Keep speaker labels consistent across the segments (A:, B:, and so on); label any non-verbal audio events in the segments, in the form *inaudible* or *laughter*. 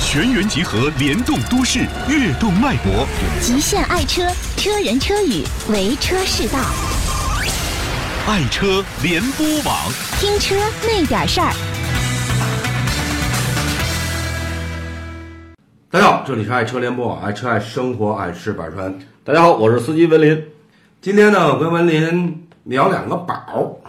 A: 全员集合，联动都市，跃动脉搏。
B: 极限爱车，车人车语，为车是道。
A: 爱车联播网，
B: 听车那点事儿。
C: 大家好，这里是爱车联播，爱车爱生活，爱吃百川。
D: 大家好，我是司机文林。
C: 今天呢，我跟文林聊两个宝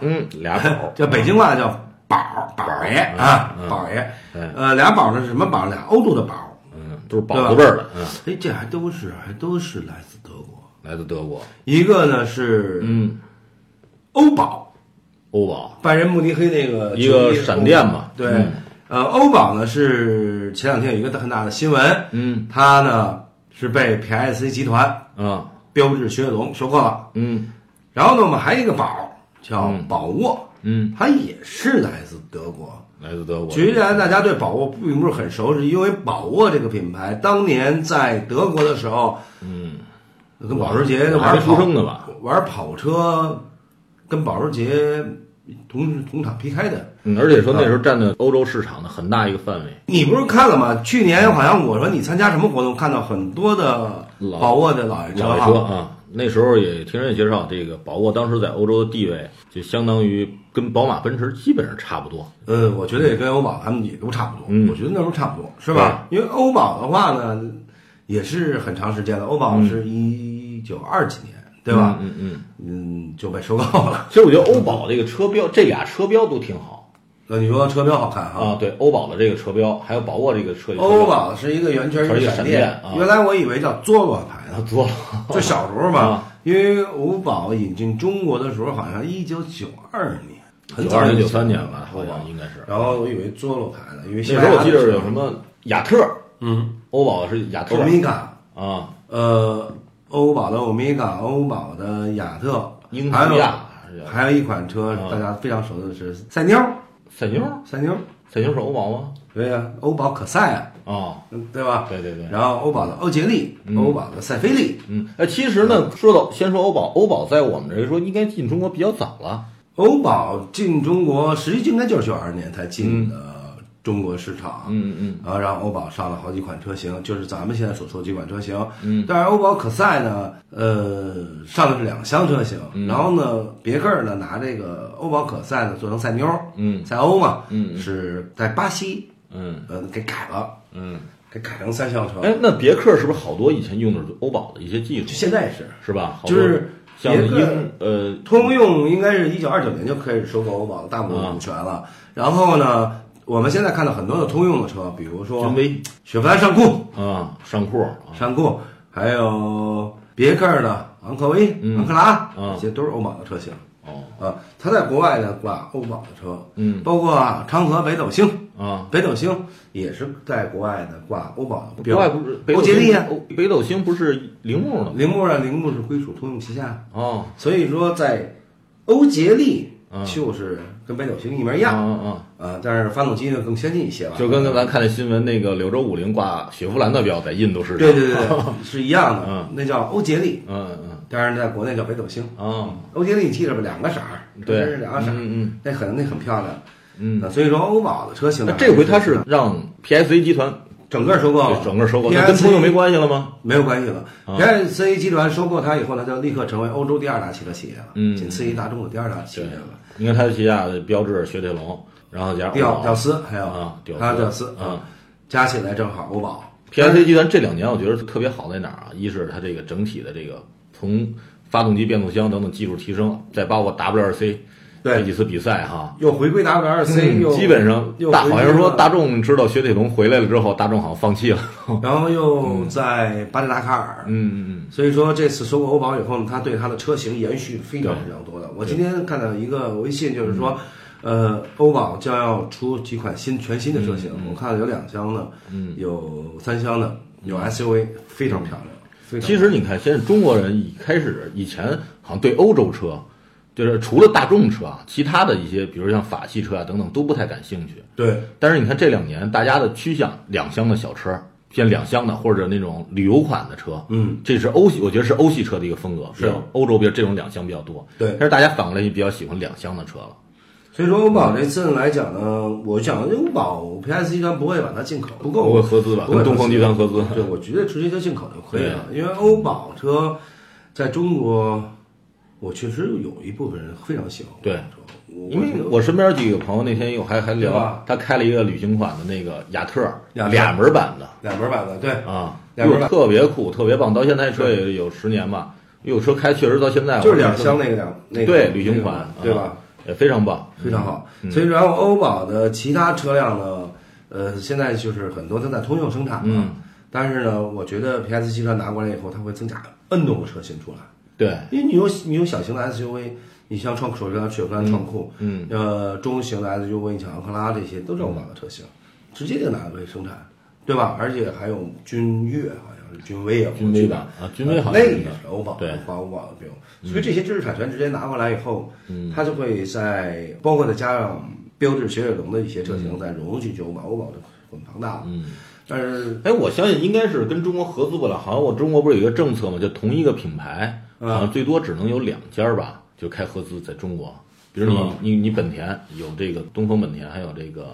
C: 儿，
D: 嗯，俩宝
C: *laughs* ，叫北京话叫宝儿宝儿爷
D: 嗯
C: 啊，宝爷。呃，俩宝儿是什么宝儿？俩欧洲的宝儿。
D: 嗯，都是宝子辈儿的，嗯，
C: 哎，这还都是还都是来自德国。
D: 来自德国，
C: 一个呢是
D: 嗯，
C: 欧宝，
D: 欧宝，
C: 拜仁慕尼黑那个
D: 一个
C: 球衣
D: 闪电嘛
C: 对，
D: 嗯
C: 呃，欧宝呢是前两天有一个很大的新闻，
D: 嗯，
C: 它呢是被 PSC 集团
D: 嗯
C: 标致雪铁龙收购了。
D: 嗯
C: 然后呢，我们还有一个宝叫宝沃，
D: 嗯，
C: 它也是来自德国。
D: 来自德国，
C: 虽然大家对宝沃并不是很熟，是因为宝沃这个品牌当年在德国的时候，嗯，跟保时捷
D: 我还
C: 玩
D: 没出
C: 跑
D: 生呢吧？
C: 玩跑车，跟保时捷同同场 PK 的。
D: 嗯，而且说那时候占的欧洲市场的很大一个范围，
C: 你不是看了吗？去年好像我说你参加什么活动，看到很多的
D: 老
C: 宝沃的老爷车
D: 老
C: 哈
D: 车啊，那时候也听人介绍，这个宝沃当时在欧洲的地位就相当于跟宝马、奔驰基本上差不多，
C: 呃，我觉得也跟欧宝他们也都差不多，
D: 嗯
C: 我觉得那时候差不多，是吧？因为欧宝的话呢，也是很长时间了，欧宝是一九二几年，对吧？
D: 嗯嗯。嗯
C: 嗯，就被收购了。 *laughs*
D: 其实我觉得欧宝这个车标，这俩车标都挺好
C: 那你说车标好看
D: 啊，对，欧宝的这个车标，还有宝沃这个车，
C: 欧，宝是一个圆圈
D: 它是一个
C: 闪
D: 闪电啊
C: 原来我以为叫佐罗牌
D: 啊 *laughs*
C: 呢，
D: 多了，
C: *laughs* 就小时候嘛
D: 啊，
C: 因为欧宝引进中国的时候好像一九九二年，很
D: 九
C: 早
D: 二
C: 就
D: 年、
C: 引
D: 九
C: 进了
D: 三年吧，
C: 欧
D: 好
C: 宝
D: 像应该是。
C: 然后我以为佐罗牌呢，因为
D: 那时候我记得有什么雅特，
C: 嗯，
D: 欧宝是雅特
C: 欧米伽。
D: 啊，
C: 呃，欧宝的欧米伽，欧宝的雅特，
D: 英
C: 还
D: 菲
C: 有
D: 亚是吧
C: 还有一款车
D: 啊
C: 大家非常熟的是赛妞儿，
D: 赛妞，
C: 赛妞儿，
D: 赛妞是欧宝吗？
C: 对呀、欧宝可赛啊，
D: 啊，
C: 嗯对吧？
D: 对对对
C: 然后欧宝的欧杰利，欧宝的赛菲利，
D: 嗯，哎，其实呢，说到先说欧宝，欧宝在我们这儿说应该进中国比较早了，
C: 欧宝进中国实际应该就是九二年才进的中国市场。啊
D: 嗯嗯
C: 然后让欧宝上了好几款车型，就是咱们现在所说的几款车型。嗯，但是欧宝可赛呢，呃，上的是两厢车型，
D: 嗯
C: 然后呢，别克呢拿这个欧宝可赛呢做成赛妞，
D: 嗯
C: 赛欧嘛，
D: 嗯
C: 是在巴西，
D: 嗯
C: 呃，给改了，
D: 嗯，
C: 给改成三厢车。
D: 哎，那别克是不是好多以前用的是欧宝的一些技术？
C: 就现在也是，
D: 是吧？好
C: 就
D: 多
C: 是
D: 像
C: 别克
D: 英呃
C: 通用应该是一九二九年就开始收购欧宝的大
D: 啊
C: 部分股权了。然后呢，我们现在看到很多的通用的车，比如说
D: 君威
C: 雪佛兰上酷，
D: 啊，上库啊，
C: 山库，还有别克的昂科威、
D: 嗯
C: 昂克拉，
D: 嗯
C: 这些都是欧宝的车型
D: 哦
C: 啊。它在国外呢挂欧宝的车，
D: 嗯
C: 包括啊长河北斗星，
D: 啊，
C: 北斗星也是在国外呢挂欧宝的标。
D: 国外不是北斗
C: 欧杰利
D: 星
C: 啊，
D: 欧北斗星不是铃木的吗？
C: 铃木啊，铃木是归属通用旗下，
D: 哦，
C: 所以说在欧杰利
D: 嗯
C: 就是跟北斗星一模一
D: 啊
C: 样。
D: 啊啊！
C: 啊，但是发动机呢更先进一些了，
D: 就跟咱看的新闻那个柳州五菱挂雪佛兰的标在印度市
C: *laughs*
D: 场，
C: 对对对对是一样的
D: 嗯，
C: 那叫欧杰利，
D: 嗯 *laughs* 嗯
C: 当然在国内叫北斗星。
D: 嗯啊，
C: 欧杰利，你记着吧，两个色儿，
D: 对
C: 这是两个色儿，
D: 嗯嗯，
C: 那很那很漂亮，
D: 嗯
C: 那所以说欧宝的车型呢
D: 那这回
C: 还
D: 他是让 PSA 集团
C: 整个收购了
D: 对，整个收购，
C: PSC
D: 那跟通用没关系了吗？
C: 没有关系了。
D: 啊
C: PSC 集团收购它以后，它就立刻成为欧洲第二大汽车企业了，
D: 嗯
C: 仅次于大众的第二大企业了。
D: 你看它旗下的标志雪铁龙，然后加上
C: 屌
D: 欧
C: 屌
D: 宝
C: 丝还有
D: 嗯啊屌丝
C: 还有屌丝
D: 啊，
C: 加起来正好欧宝。
D: ，PSA 集团这两年我觉得特别好在哪儿啊？一是它这个整体的这个从发动机、变速箱等等技术提升，再包括 WRC
C: 对
D: 这几次比赛哈。
C: 又回归 WRC，、又
D: 嗯基本上
C: 又
D: 大
C: 回归
D: 好像说
C: 了
D: 大众知道雪铁龙回来了之后，大众好像
C: *laughs*
D: 放弃了。
C: 然后又在巴黎达喀尔，
D: 嗯嗯
C: 所以说这次收购欧宝以后呢，他对它的车型延续非常非常多的。我今天看到一个微信，
D: 嗯
C: 就是说，呃，欧宝将要出几款新全新的车
D: 嗯
C: 型，我看了有两厢的，有三厢的，有 SUV，非常漂亮。非
D: 嗯。
C: 常
D: 其实你看，现在中国人一开始以前好像对欧洲车，就是除了大众车啊，其他的一些，比如像法系车啊等等，都不太感兴趣。
C: 对，
D: 但是你看这两年，大家的趋向两厢的小车，偏两厢的或者那种旅游款的车，
C: 嗯，
D: 这是欧系，我觉得是欧系车的一个风格，
C: 是
D: 欧洲比较这种两厢比较多。
C: 对
D: 但是大家反过来也比较喜欢两厢的车了。
C: 所以说欧宝这次来讲呢，我想这欧宝 PS 集团不会把它进口，不够
D: 不会合资吧
C: 不会
D: 跟东风集团合资
C: 对，我觉得直接就进口就可以了，
D: 对
C: 因为欧宝车在中国，我确实有一部分人非常喜欢欧宝车，我
D: 因为
C: 觉得
D: 我身边几个朋友那天有还还
C: 对吧
D: 聊，他开了一个旅行款的那个雅特，
C: 雅特
D: 俩门版的
C: 两门版的对
D: 啊，
C: 俩门
D: 哟
C: 版
D: 特别酷，特别棒。到现在车也有十年吧，有车开确实到现在
C: 就是两厢那个两那个
D: 对旅行款
C: 对吧？？
D: 啊嗯也非常棒，
C: 非常好。所以然后欧宝的其他车辆呢，呃，现在就是很多都在通用生产嘛。
D: 嗯
C: 但是呢，我觉得 PS 集团拿过来以后，它会增加 N 多个车型出来，
D: 对，
C: 因为你有你有小型的 SUV，你像创首先雪佛兰创酷，
D: 嗯，
C: 呃，中型的 SUV，你像昂克拉这些都是欧宝的车型，直接就拿过来生产，对吧？而且还有君越，好像是君威啊，
D: 君威
C: 威
D: 吧啊君威好
C: 那
D: 像是
C: 也是欧宝
D: 对
C: 华欧宝的标，所以这些知识产权直接拿过来以后，
D: 嗯
C: 它就会在包括再加上标志雪铁龙的一些车
D: 嗯
C: 型再融入进去，欧宝欧宝就很庞大了。嗯，但是
D: 哎，我相信应该是跟中国合资不了。好像我中国不是有一个政策嘛，就同一个品牌，
C: 嗯
D: 好像最多只能有两家儿吧，就开合资在中国。比如
C: 是
D: 你
C: 吗
D: 你你本田有这个东风本田，还有这个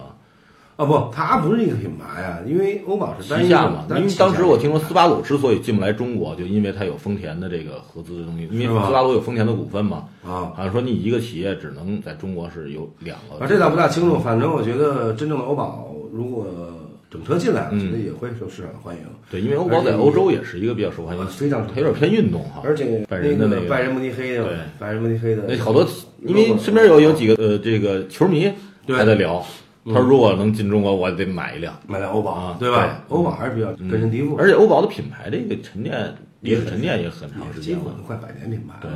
C: 啊不，它不是一个品牌啊，因为欧宝是单
D: 旗
C: 一
D: 下嘛。
C: 单
D: 因
C: 一
D: 为
C: 旗下
D: 当时我听说斯巴鲁之所以进不来中国，就因为它有丰田的这个合资的东西，因为
C: 是吧
D: 斯巴鲁有丰田的股份嘛。
C: 啊。
D: 好像说你一个企业只能在中国是有两个。
C: 啊，这倒不大清楚。反正我觉得，真正的欧宝如果整车进来，我觉得也会受市场的欢迎。
D: 嗯对，因为欧宝在欧洲也是一个比较受欢迎，
C: 啊非常受
D: 它有点偏运动哈。
C: 而且
D: 拜仁的
C: 那
D: 那个
C: 拜仁慕尼黑的
D: 对，
C: 拜仁慕尼黑的
D: 那好多，因为身边有有几个呃，这个球迷
C: 对嗯
D: 还在聊，他说如果能进中国，我得买一辆。
C: 买辆欧宝，
D: 啊
C: 对吧？
D: 对嗯
C: 欧宝还是比较根深蒂固，
D: 而且欧宝的品牌这个沉淀历史沉淀也很长
C: 嗯也
D: 时
C: 是几
D: 间
C: 乎
D: 了。
C: 快百年品牌了。
D: 对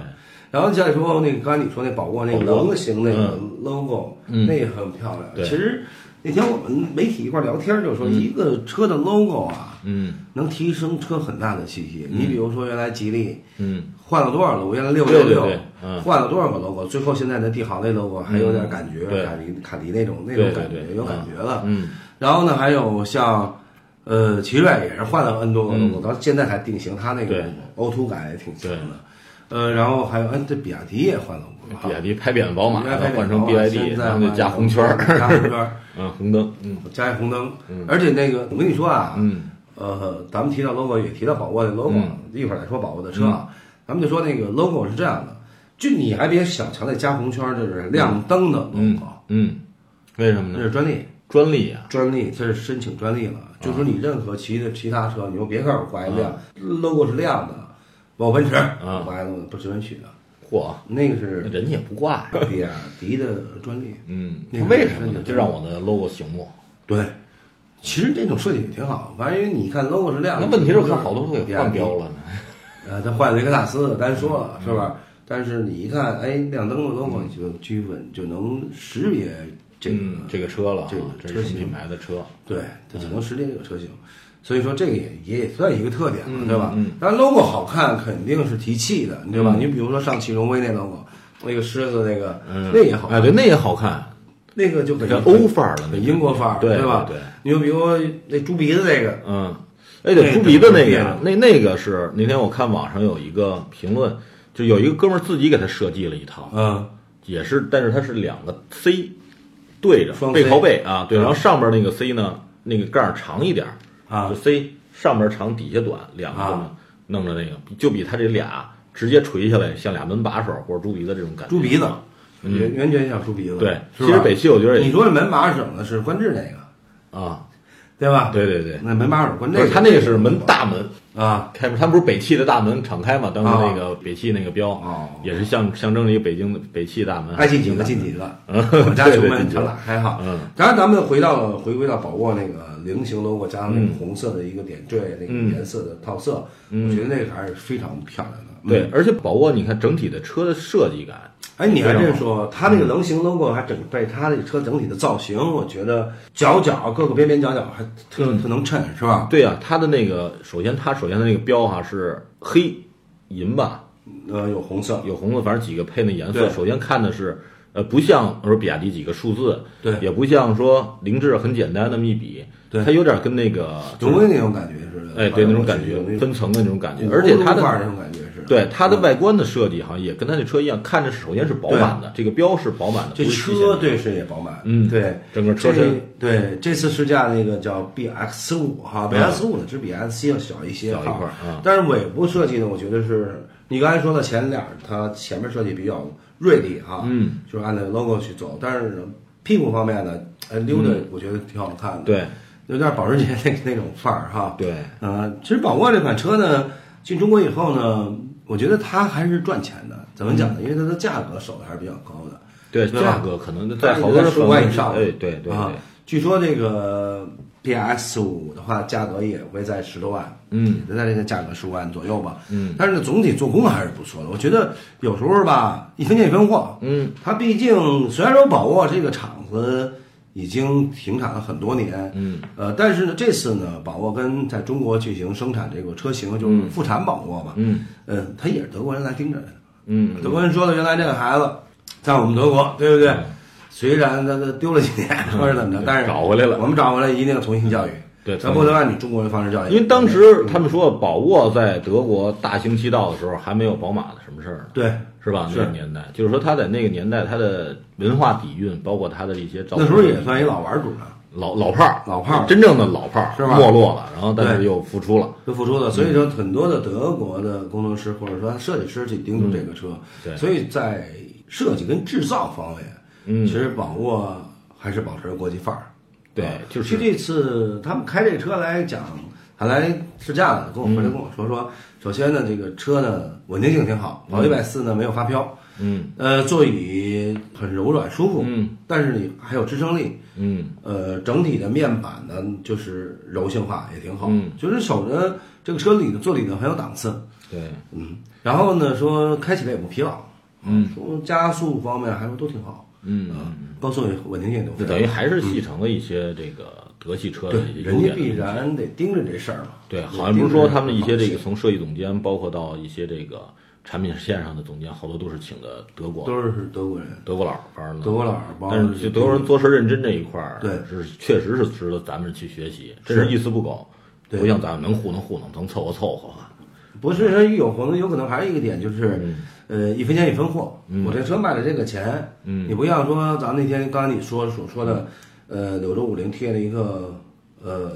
C: 然后再说那个，刚才你说那宝沃那个
D: 宝沃嗯
C: 棱形那个 logo，、那也很漂亮。
D: 对
C: 其实那天我们媒体一块儿聊天，就说一个车的 logo 啊，
D: 嗯
C: 能提升车很大的气息。你比如说原来吉利，
D: 嗯，
C: 换了多少个？我原来六
D: 对对
C: 六
D: 对，嗯
C: 换了多少个 logo？最后现在的帝豪那 logo 还有点感觉，
D: 嗯对
C: 卡迪卡迪那种那种感
D: 对对
C: 觉
D: 对
C: 有感觉了。
D: 嗯，
C: 然后呢，还有像呃奇瑞也是换了 N 多个 logo，到现在才定型，它那个
D: 嗯对
C: O t 感也挺强的。呃，然后还有嗯，这比亚迪也换了 logo
D: 比亚
C: 啊。
D: 迪拍扁宝马，
C: 原来开
D: 然后换
C: 那
D: 成
C: 个宝马
D: BYD，
C: 现在
D: 然后就加红圈
C: 换成加红圈
D: 儿，
C: 儿，
D: *laughs* 嗯，红灯，嗯
C: 加一红灯。而且那个，我跟你说啊，
D: 嗯，
C: 呃，咱们提到 logo 也提到宝沃的 logo，、
D: 嗯
C: 一会儿再说宝沃的车啊。咱们就说那个 logo 是这样的，就你还别小瞧那加红圈儿，这是亮灯的 logo，、
D: 嗯嗯，为什么
C: 这
D: 呢？
C: 是专利，
D: 专利啊，
C: 专利这是申请专利了。就说你任何其的其他车，你说别看我挂一亮、logo 是亮的，包括奔驰，
D: 啊
C: 挂一 logo 不是允许的，
D: 嚯，
C: 那个
D: 那
C: 是
D: 啊人也不挂
C: *laughs*
D: 呀，
C: 比亚迪的专利。
D: 嗯
C: 那个，
D: 为什么呢
C: 那？个
D: 就让我的 logo 醒目，
C: 对，其实这种设计也挺好，反正因为你看 logo 是亮
D: 那
C: 的，
D: 问题是我看好多都
C: 比
D: 给
C: 亚迪
D: 换标了呢。嗯
C: 呃，他换雷克萨斯，咱说了是吧？但是你一看，哎，亮灯的 logo 你就区分，就能识别这个
D: 嗯，这个车了啊，
C: 这个
D: 这
C: 车
D: 是什
C: 型
D: 么品牌的车？
C: 对，它只能识别这个车型。所以说这个也也算一个特点了，
D: 嗯
C: 对吧？
D: 嗯
C: 但 logo 好看肯定是提气的，对吧？
D: 嗯
C: 你比如说上汽荣威那 logo，那个狮子那个，
D: 嗯，
C: 那也好看，
D: 哎，对，那也好看，
C: 那个就很
D: 很欧范儿了，
C: 很
D: 那个
C: 英国范儿，
D: 对
C: 吧？
D: 对，
C: 你就比如说那猪鼻子那个，
D: 嗯，哎，
C: 那
D: 对，猪鼻子那
C: 对
D: 个，那那个是那天我看网上有一个评论，就有一个哥们儿自己给他设计了一套，
C: 嗯，
D: 也是，但是它是两个 C 对着
C: 双 C 嗯
D: 背靠背啊，对，然后上边那个 C 呢，那个盖儿长一点儿
C: 啊
D: 就 C 上边长，底下短，两个这么弄着那个，就比它这俩直接垂下来，像俩门把手或者猪鼻子这种感觉，
C: 猪鼻子，圆圆圈像猪鼻子，
D: 嗯对，
C: 是
D: 其
C: 吧
D: 实北汽我觉得
C: 你
D: 也
C: 说的门把手呢是观致那个，
D: 啊，
C: 对吧？，
D: 对对对，
C: 那门把手观致
D: 不是它那个是门大门。
C: 啊，
D: 开门，他们不是北汽的大门敞开嘛？当时那个北汽那个标，
C: 哦
D: 也是象象征着一个北京的北汽大门。
C: 爱进几个进几个。
D: 嗯
C: 我们家
D: *laughs* 对
C: 穷
D: 对
C: 门
D: 进去
C: 他
D: 了
C: 俩还好。
D: 嗯，
C: 当然咱们回到了回归到宝沃那个菱形 logo 加上那个红色的一个点缀，那个
D: 嗯
C: 颜色的套色，我觉得那个还是非常漂亮的。嗯
D: 对，，而且宝沃，你看整体的车的设计感，
C: 哎，你还真说，它
D: 嗯
C: 那个棱形 logo 还整被它那个车整体的造型，我觉得角角各个边边角角还特
D: 嗯
C: 特能衬，是吧？
D: 对啊，它的那个首先它首先的那个标哈、是黑银吧，
C: 呃，有红色，
D: 有红色，反正几个配那颜
C: 对
D: 色，首先看的是。呃，不像我说比亚迪几个数字，
C: 对
D: 也不像说凌志很简单那么一比，
C: 对
D: 它有点跟那个，
C: 荣威那种感觉似的。
D: 哎，对那种感
C: 有
D: 觉
C: 那，种
D: 分层的那种感觉，
C: 古
D: 而且它
C: 欧洲
D: 的
C: 范儿那种感觉是嗯上。
D: 对它的外观的设计，好像也跟它那车一样，看着首先是饱满的，这个标是饱满的，
C: 这
D: 不是曲线
C: 车
D: 的
C: 对是也饱满，
D: 嗯
C: 对，
D: 整个车身
C: 这对这次试驾那个叫 BX 五哈，BX 五呢只比 S 七要小一些
D: 嗯小
C: 哈，
D: 一块儿嗯
C: 但是尾部设计呢，我觉得是你刚才说的前脸，它前面设计比较锐利哈，
D: 嗯，
C: 就是按那个 logo 去走，但是屁股方面呢，呃，溜达我觉得挺好看的，
D: 嗯对，
C: 有点保时捷那那种范儿哈，
D: 对
C: 呃，其实宝沃这款车呢，进中国以后呢，我觉得它还是赚钱的。怎么讲
D: 嗯
C: 呢？因为它的价格守的还是比较高的，
D: 对
C: 对吧
D: 价格可能在好多人
C: 十五万以上。
D: 哎，对对对，
C: 啊，据说这个 PS 五的话，价格也会在十多万，
D: 嗯，
C: 也在这个价格十五万左右吧，
D: 嗯。
C: 但是呢，总体做工还是不错的。我觉得有时候吧，一分钱一分货，
D: 嗯，
C: 它毕竟虽然说宝沃这个厂子已经停产了很多年，
D: 嗯，
C: 呃，但是呢，这次呢，宝沃跟在中国进行生产这个车型，就是复产宝沃吧，
D: 嗯，
C: 呃，它也是德国人来盯着的，
D: 嗯，
C: 德国人说的原来这个孩子在我们德国，对不对？虽然他他丢了几年，说是怎么着，但是
D: 嗯找回来了
C: 我们找回来一定重新教育，
D: 对
C: 咱不能按你中国人方式教育，
D: 因为当时他们说宝沃在德国大行其道的时候，还没有宝马的什么事儿呢。
C: 对
D: 是吧？
C: 是
D: 那个年代，就是说他在那个年代，他的文化底蕴，包括他的一些造
C: 那时候也算一老玩主了。
D: 老老炮儿，
C: 老炮儿
D: 真正的老炮儿
C: 是吧
D: 没落了，然后但是
C: 对
D: 又复出了。
C: 就付出的，所以说很多的德国的工程师或者说设计师去盯住这个车，
D: 嗯对
C: 所以在设计跟制造方面，嗯，其实宝沃还是保持着国际范儿。
D: 对
C: 啊
D: 就是
C: 据这次他们开这个车来讲，还来试驾了，跟我
D: 嗯
C: 回来跟我说说，首先呢，这个车呢稳定性挺好，跑一百四呢没有发飘，
D: 嗯
C: 呃，座椅很柔软舒服，
D: 嗯，
C: 但是你还有支撑力，
D: 嗯，
C: 呃，整体的面板呢，就是柔性化也挺好，
D: 嗯
C: 就是瞅着这个车里的座椅呢很有档次，
D: 对，
C: 嗯，然后呢说开起来也不疲劳，嗯，说加速方面还是都挺好，
D: 嗯
C: 啊，高速稳定性也都
D: 就
C: 非常
D: 等于还是继承了一些这个德系车的
C: 对
D: 一，些优
C: 人家
D: 点。
C: 必然得盯着这事儿嘛，
D: 对，
C: 得
D: 好像不是说他们一些这
C: 盯
D: 个
C: 着
D: 从设计总监，包括到一些这个产品线上的总监，好多都是请的德
C: 好
D: 国
C: 都是德国人，
D: 德国佬反正
C: 德国佬儿帮
D: 但是就德国人做事认真这一块儿，
C: 对
D: 是确实是值得咱们去学习，真是一丝不苟，
C: 对
D: 不像咱们能糊弄糊弄，能凑合凑合啊。
C: 不是说有可能有可能还是一个点就是，
D: 嗯
C: 呃，一分钱一分货。我这车卖了这个钱，
D: 嗯
C: 你不像说咱们那天刚才你说所说的，呃，柳州五菱贴了一个呃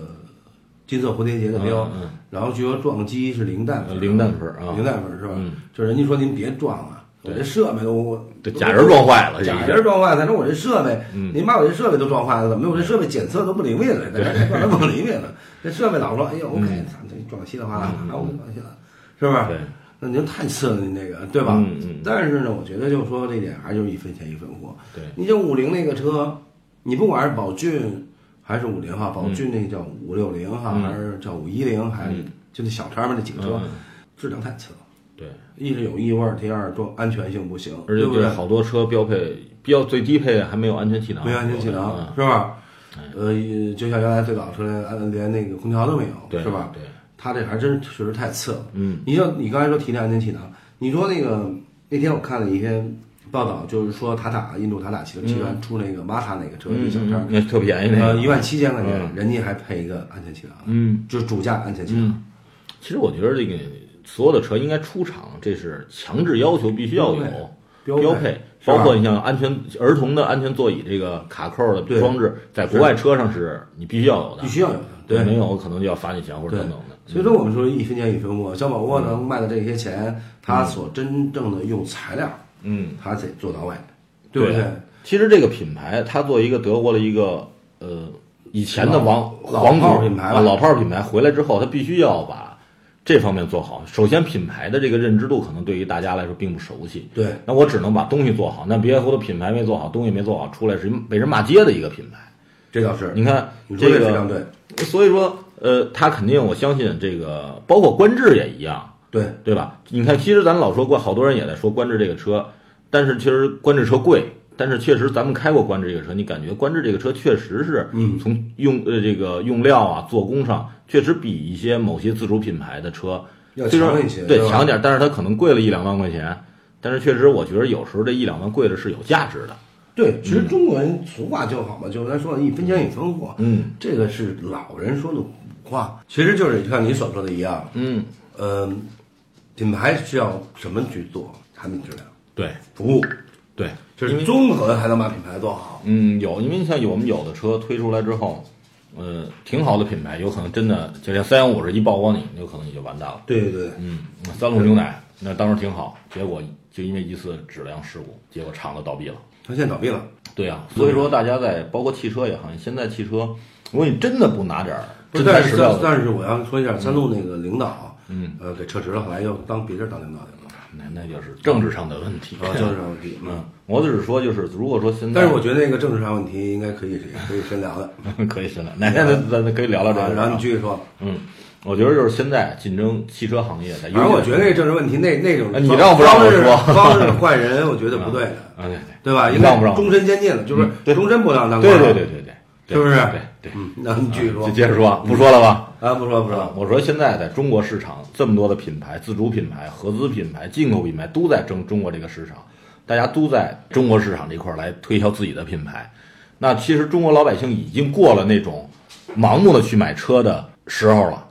C: 金色蝴蝶结的标，
D: 嗯嗯
C: 然后据说撞击是零蛋分，
D: 零蛋分啊
C: 零蛋分是吧？
D: 嗯
C: 就人家说您别撞了，我这设备都
D: 对假人撞坏了
C: 假
D: 这一嗯
C: 人
D: 下
C: 撞坏了，再说我这设备，您把我这设备都撞坏了，怎么我这设备检测都不灵敏了？在这
D: *laughs*
C: 撞得不灵敏了，这设备老说，哎呦，OK，咱
D: 嗯
C: 这撞稀里哗啦，那我就放心了，是不
D: 对
C: 是？那您太次了，您这个对吧？
D: 嗯嗯
C: 但是呢，我觉得就说这点，还就是一分钱一分货。
D: 对
C: 你像五菱那个车，你不管是宝骏还是五菱哈，宝
D: 嗯
C: 骏那叫五六零哈，还是叫五一零，还是就那小车嘛，那几个车
D: 嗯，
C: 质量太次了，
D: 对，
C: 一是有异味儿，第二装安全性不行，
D: 而且
C: 对不对
D: 这？好多车标配标最低配还没有安全气囊，
C: 没有安全气囊
D: 嗯
C: 是吧？呃，就像原来最早出来，呃连那个空调都没有，
D: 对
C: 是吧？
D: 对，
C: 它这还真确实太次了。
D: 嗯，
C: 你像你刚才说提那安全气囊，你说那个那天我看了一篇报道，就是说塔塔印度塔塔集团出那个玛塔那个车，一小车
D: 嗯，那特便宜那
C: 呃，
D: 个
C: 一万七千块钱，
D: 嗯
C: 人家还配一个安全气囊，
D: 嗯，
C: 就是主驾安全气囊，
D: 其实我觉得这个所有的车应该出厂，这是强制要求，必须要有
C: 标配标配
D: 配，
C: 是吧
D: 包括你像安全儿童的安全座椅这个卡扣的
C: 对
D: 装置，在国外车上是你必须要有的，
C: 必须要有的。对，
D: 没有可能就要罚你钱或者
C: 对
D: 等等的。嗯
C: 所以说我们说一分钱一分货，小宝沃能卖的这些钱，它所真正的用材料，
D: 嗯，
C: 它得做到位，对不
D: 对啊
C: 对？
D: 其实这个品牌，它作为一个德国的一个呃以前的王
C: 老
D: 皇
C: 炮
D: 族
C: 儿品牌吧
D: 啊老炮儿品牌回来之后，它必须要把这方面做好。首先，品牌的这个认知度可能对于大家来说并不熟悉，
C: 对
D: 那我只能把东西做好，那别回头品牌没做好，东西没做好，出来是被人骂街的一个品牌。
C: 这倒是。
D: 你看
C: 你说
D: 这
C: 这非常
D: 个，
C: 对，
D: 所以说，呃，他肯定，我相信这个，包括观致也一样，
C: 对
D: 对吧？你看，其实咱老说观，好多人也在说观致这个车，但是其实观致车贵，但是确实咱们开过观致这个车，你感觉观致这个车确实是，
C: 嗯
D: 从用呃这个用料啊、做工上，确实比一些某些自主品牌的车
C: 要
D: 虽然
C: 强一些
D: 对
C: 对吧
D: 强一点，但是它可能贵了一两万块钱，但是确实我觉得有时候这一两万贵了是有价值的，
C: 对，其实中国人俗话就好嘛，就是咱说的一分钱一分货，
D: 嗯，
C: 这个是老人说的古话，其实就是像你所说的一样，
D: 嗯
C: 嗯，品牌需要什么去做产品质量、
D: 对
C: 服务，
D: 对，
C: 就
D: 因
C: 是
D: 为
C: 综合才能把品牌做好。
D: 嗯，有，因为像我们有的车推出来之后，呃，挺好的品牌，有可能真的就像三幺五是一曝光你，有可能你就完蛋了。
C: 对对对，
D: 嗯，三鹿牛奶那当时挺好，结果就因为一次质量事故，结果厂子倒闭了。
C: 它现在倒闭了，
D: 对啊，所以说大家在包括汽车也好，现在汽车，如果你真的不拿点儿
C: 不
D: 真
C: 是
D: 材
C: 但
D: 实
C: 是
D: 料的，
C: 但是我要说一下，三鹿那个领导，嗯，呃，给撤职了，后来又当别人当领导去 *laughs* 了，
D: 那那就是政治上的问题。
C: 啊，政治上问题，嗯。
D: 嗯，我只是说就是，如果说现在，
C: 但是我觉得那个政治上问题应该可以可以深聊的，
D: 得可以深聊，哪天咱咱咱可以聊聊这
C: 啊
D: 个。
C: 然后你继续说。
D: 嗯，我觉得就是现在竞争汽车行业在，
C: 反正我觉得这政治问题那那种
D: 啊，你让不让我说
C: 光是坏人，我觉得不对的，
D: 啊，对
C: 对吧？
D: 你
C: 应该
D: 让不让我嗯
C: 终身监禁的，就是
D: 对
C: 终身不让当
D: 对
C: 官。
D: 对对对对对，对
C: 是不是
D: 对对，
C: 嗯，那你继续说
D: 就。接着说，不说了吧？
C: 啊，不说不
D: 是吧
C: 说，？
D: 我说现在在中国市场这么多的品牌，自主品牌、合资品牌、进口品牌都在争中国这个市场，大家都在中国市场这块儿来推销自己的品牌。那其实中国老百姓已经过了那种盲目的去买车的时候了，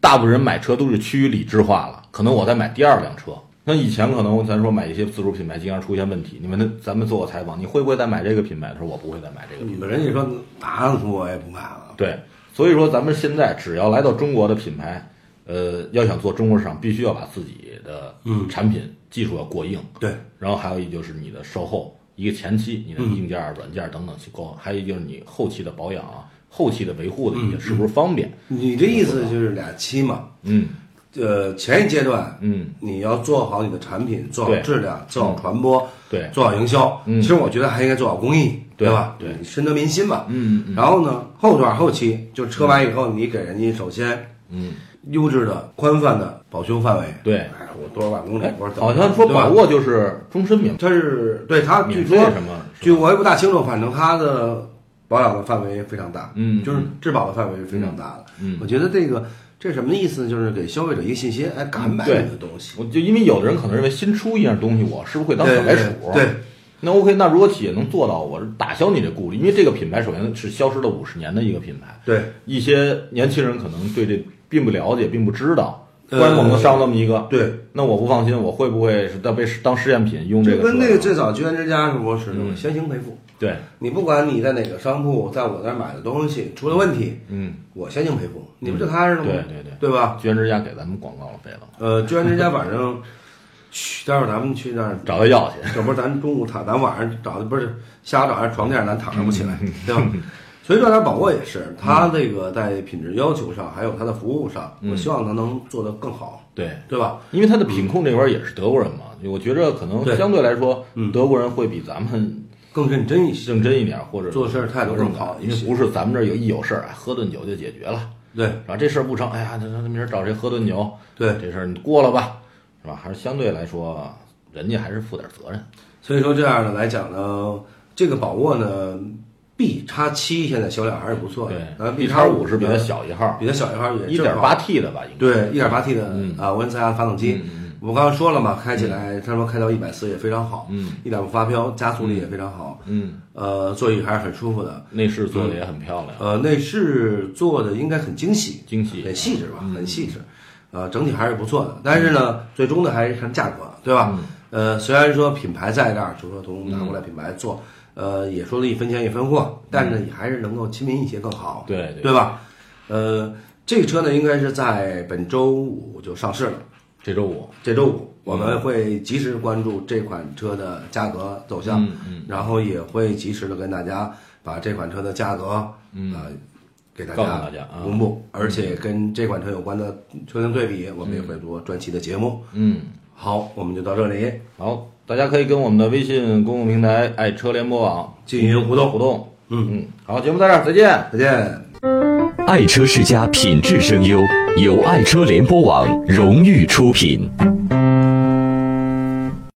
D: 大部分人买车都是趋于理智化了。可能我在买第二辆车，那以前可能咱说买一些自主品牌经常出现问题，你们那咱们做过采访，你会不会再买这个品牌的时候，我不会再买这个品牌
C: 你们人家说打死我也不买了，
D: 对，所以说咱们现在只要来到中国的品牌，呃，要想做中国市场，必须要把自己的
C: 嗯
D: 产品技术要过硬，
C: 对，
D: 然后还有一就是你的售后，一个前期你的
C: 嗯
D: 硬件、软件等等去够，还有一就是你后期的保养啊、后期的维护的一
C: 嗯
D: 些是不是方便？
C: 你这意思就是俩期嘛？
D: 嗯
C: 呃，前一阶段，
D: 嗯，
C: 你要做好你的产品，做好
D: 对嗯
C: 质量，做好传播，
D: 对
C: 做好营销。
D: 嗯
C: 其实我觉得还应该做好公益，
D: 对
C: 吧？
D: 对，
C: 深得民心嘛。
D: 嗯
C: 然后呢，后段后期就是车完以后，你给人家首先
D: 嗯，
C: 优质的、宽泛的保修范围。
D: 对
C: 哎，我多少万公里
D: 哎，
C: 或者怎么
D: 好
C: 样
D: 像说
C: 对吧
D: 把握就是终身免
C: 它是对它据
D: 免费
C: 说
D: 什么？
C: 据我也不大清楚，反正它的保养的范围非常大，
D: 嗯
C: 就是质保的范围是非常大的。
D: 嗯嗯
C: 我觉得这个这什么意思呢？就是给消费者一个信心，哎，敢买你
D: 对
C: 的东西。
D: 我就因为有的人可能认为新出一样东西，我是不是会当小白鼠？啊
C: 对对对
D: 那 OK，那如果企业能做到，我是打消你这顾虑，因为这个品牌首先是消失了五十年的一个品牌，
C: 对，
D: 一些年轻人可能对这并不了解，并不知道，
C: 呃
D: 关猛的上那么一个，
C: 对，
D: 那我不放心，我会不会是当被当试验品用
C: 就
D: 这个？
C: 跟那个最早居安之家是不是的，
D: 嗯
C: 先行赔付。
D: 对，
C: 你不管你在哪个商铺，在我那儿买的东西出了问题，
D: 嗯，
C: 我先行赔付，你不就踏实了吗？
D: 对对对
C: 对吧？
D: 居然之家给咱们广告了费了，
C: 呃，居安之家反正去，待会儿咱们去那儿
D: 找他要去。
C: 要不然咱中午躺，咱晚上找的不是下午找上床垫，咱躺上不起来，
D: 嗯
C: 对
D: *laughs*
C: 吧？所以说，它宝沃也是，它这个在品质要求上，还有它的服务上，
D: 嗯
C: 我希望它能做得更好，
D: 对，
C: 对吧？
D: 因为它的品控这块儿也是德国人嘛，我觉着可能
C: 对
D: 相对来说，
C: 嗯
D: 德国人会比咱们
C: 更认真一些。
D: 认真一点，或者
C: 做事儿态度更好一
D: 因
C: 些
D: 为不是咱们这儿有一有事儿，哎，喝顿酒就解决了，
C: 对，
D: 然后这事儿不成，哎呀，那那那明儿找谁喝顿酒？
C: 对
D: 这事儿你过了吧，是吧？还是相对来说，人家还是负点责任。
C: 所以说这样的来讲呢，这个宝沃呢，B 叉七现在销量还是不错的，
D: 对
C: 咱
D: ，B 叉
C: 叉
D: 五是比
C: 比
D: 它，小一号
C: 比，它小一号也
D: 一
C: 正
D: 点
C: 好
D: 八 T 的吧，应该。
C: 对，一点八 T 的
D: 嗯
C: 啊涡轮增压发动机，我刚刚说了嘛，开起来他说开到一百四也非常好，
D: 嗯，
C: 一点不发飙，加速力也非常好，
D: 嗯，
C: 呃，座椅还是很舒服的，
D: 内饰做的也很漂亮，
C: 呃，内饰做的应该很精细，
D: 精细嗯
C: 很细致吧，很细致，呃，整体还是不错的，但是呢，最终的还是看价格，对吧？
D: 嗯
C: 呃，虽然说品牌在这儿，就是说从拿过来品牌做。呃，也说了一分钱一分货，但是呢，也还是能够亲民一些更好，
D: 嗯对对
C: 对吧？呃，这个车呢，应该是在本周五就上市了。
D: 这周五
C: 这周五我们
D: 嗯
C: 会及时关注这款车的价格走向，
D: 嗯
C: 然后也会及时的跟大家把这款车的价格，嗯、呃，给大
D: 告诉
C: 家
D: 大家啊
C: 公布，而且跟这款车有关的车型对比，我们也会做专题的节目。
D: 嗯。
C: 好，我们就到这里
D: 好，大家可以跟我们的微信公众平台“爱车联播网
C: 进行”互
D: 互
C: 动，
D: 动。
C: 嗯
D: 嗯，好，节目在这儿，再见。
C: 再见。
E: 爱车世家品质声优，由爱车联播网荣誉出品。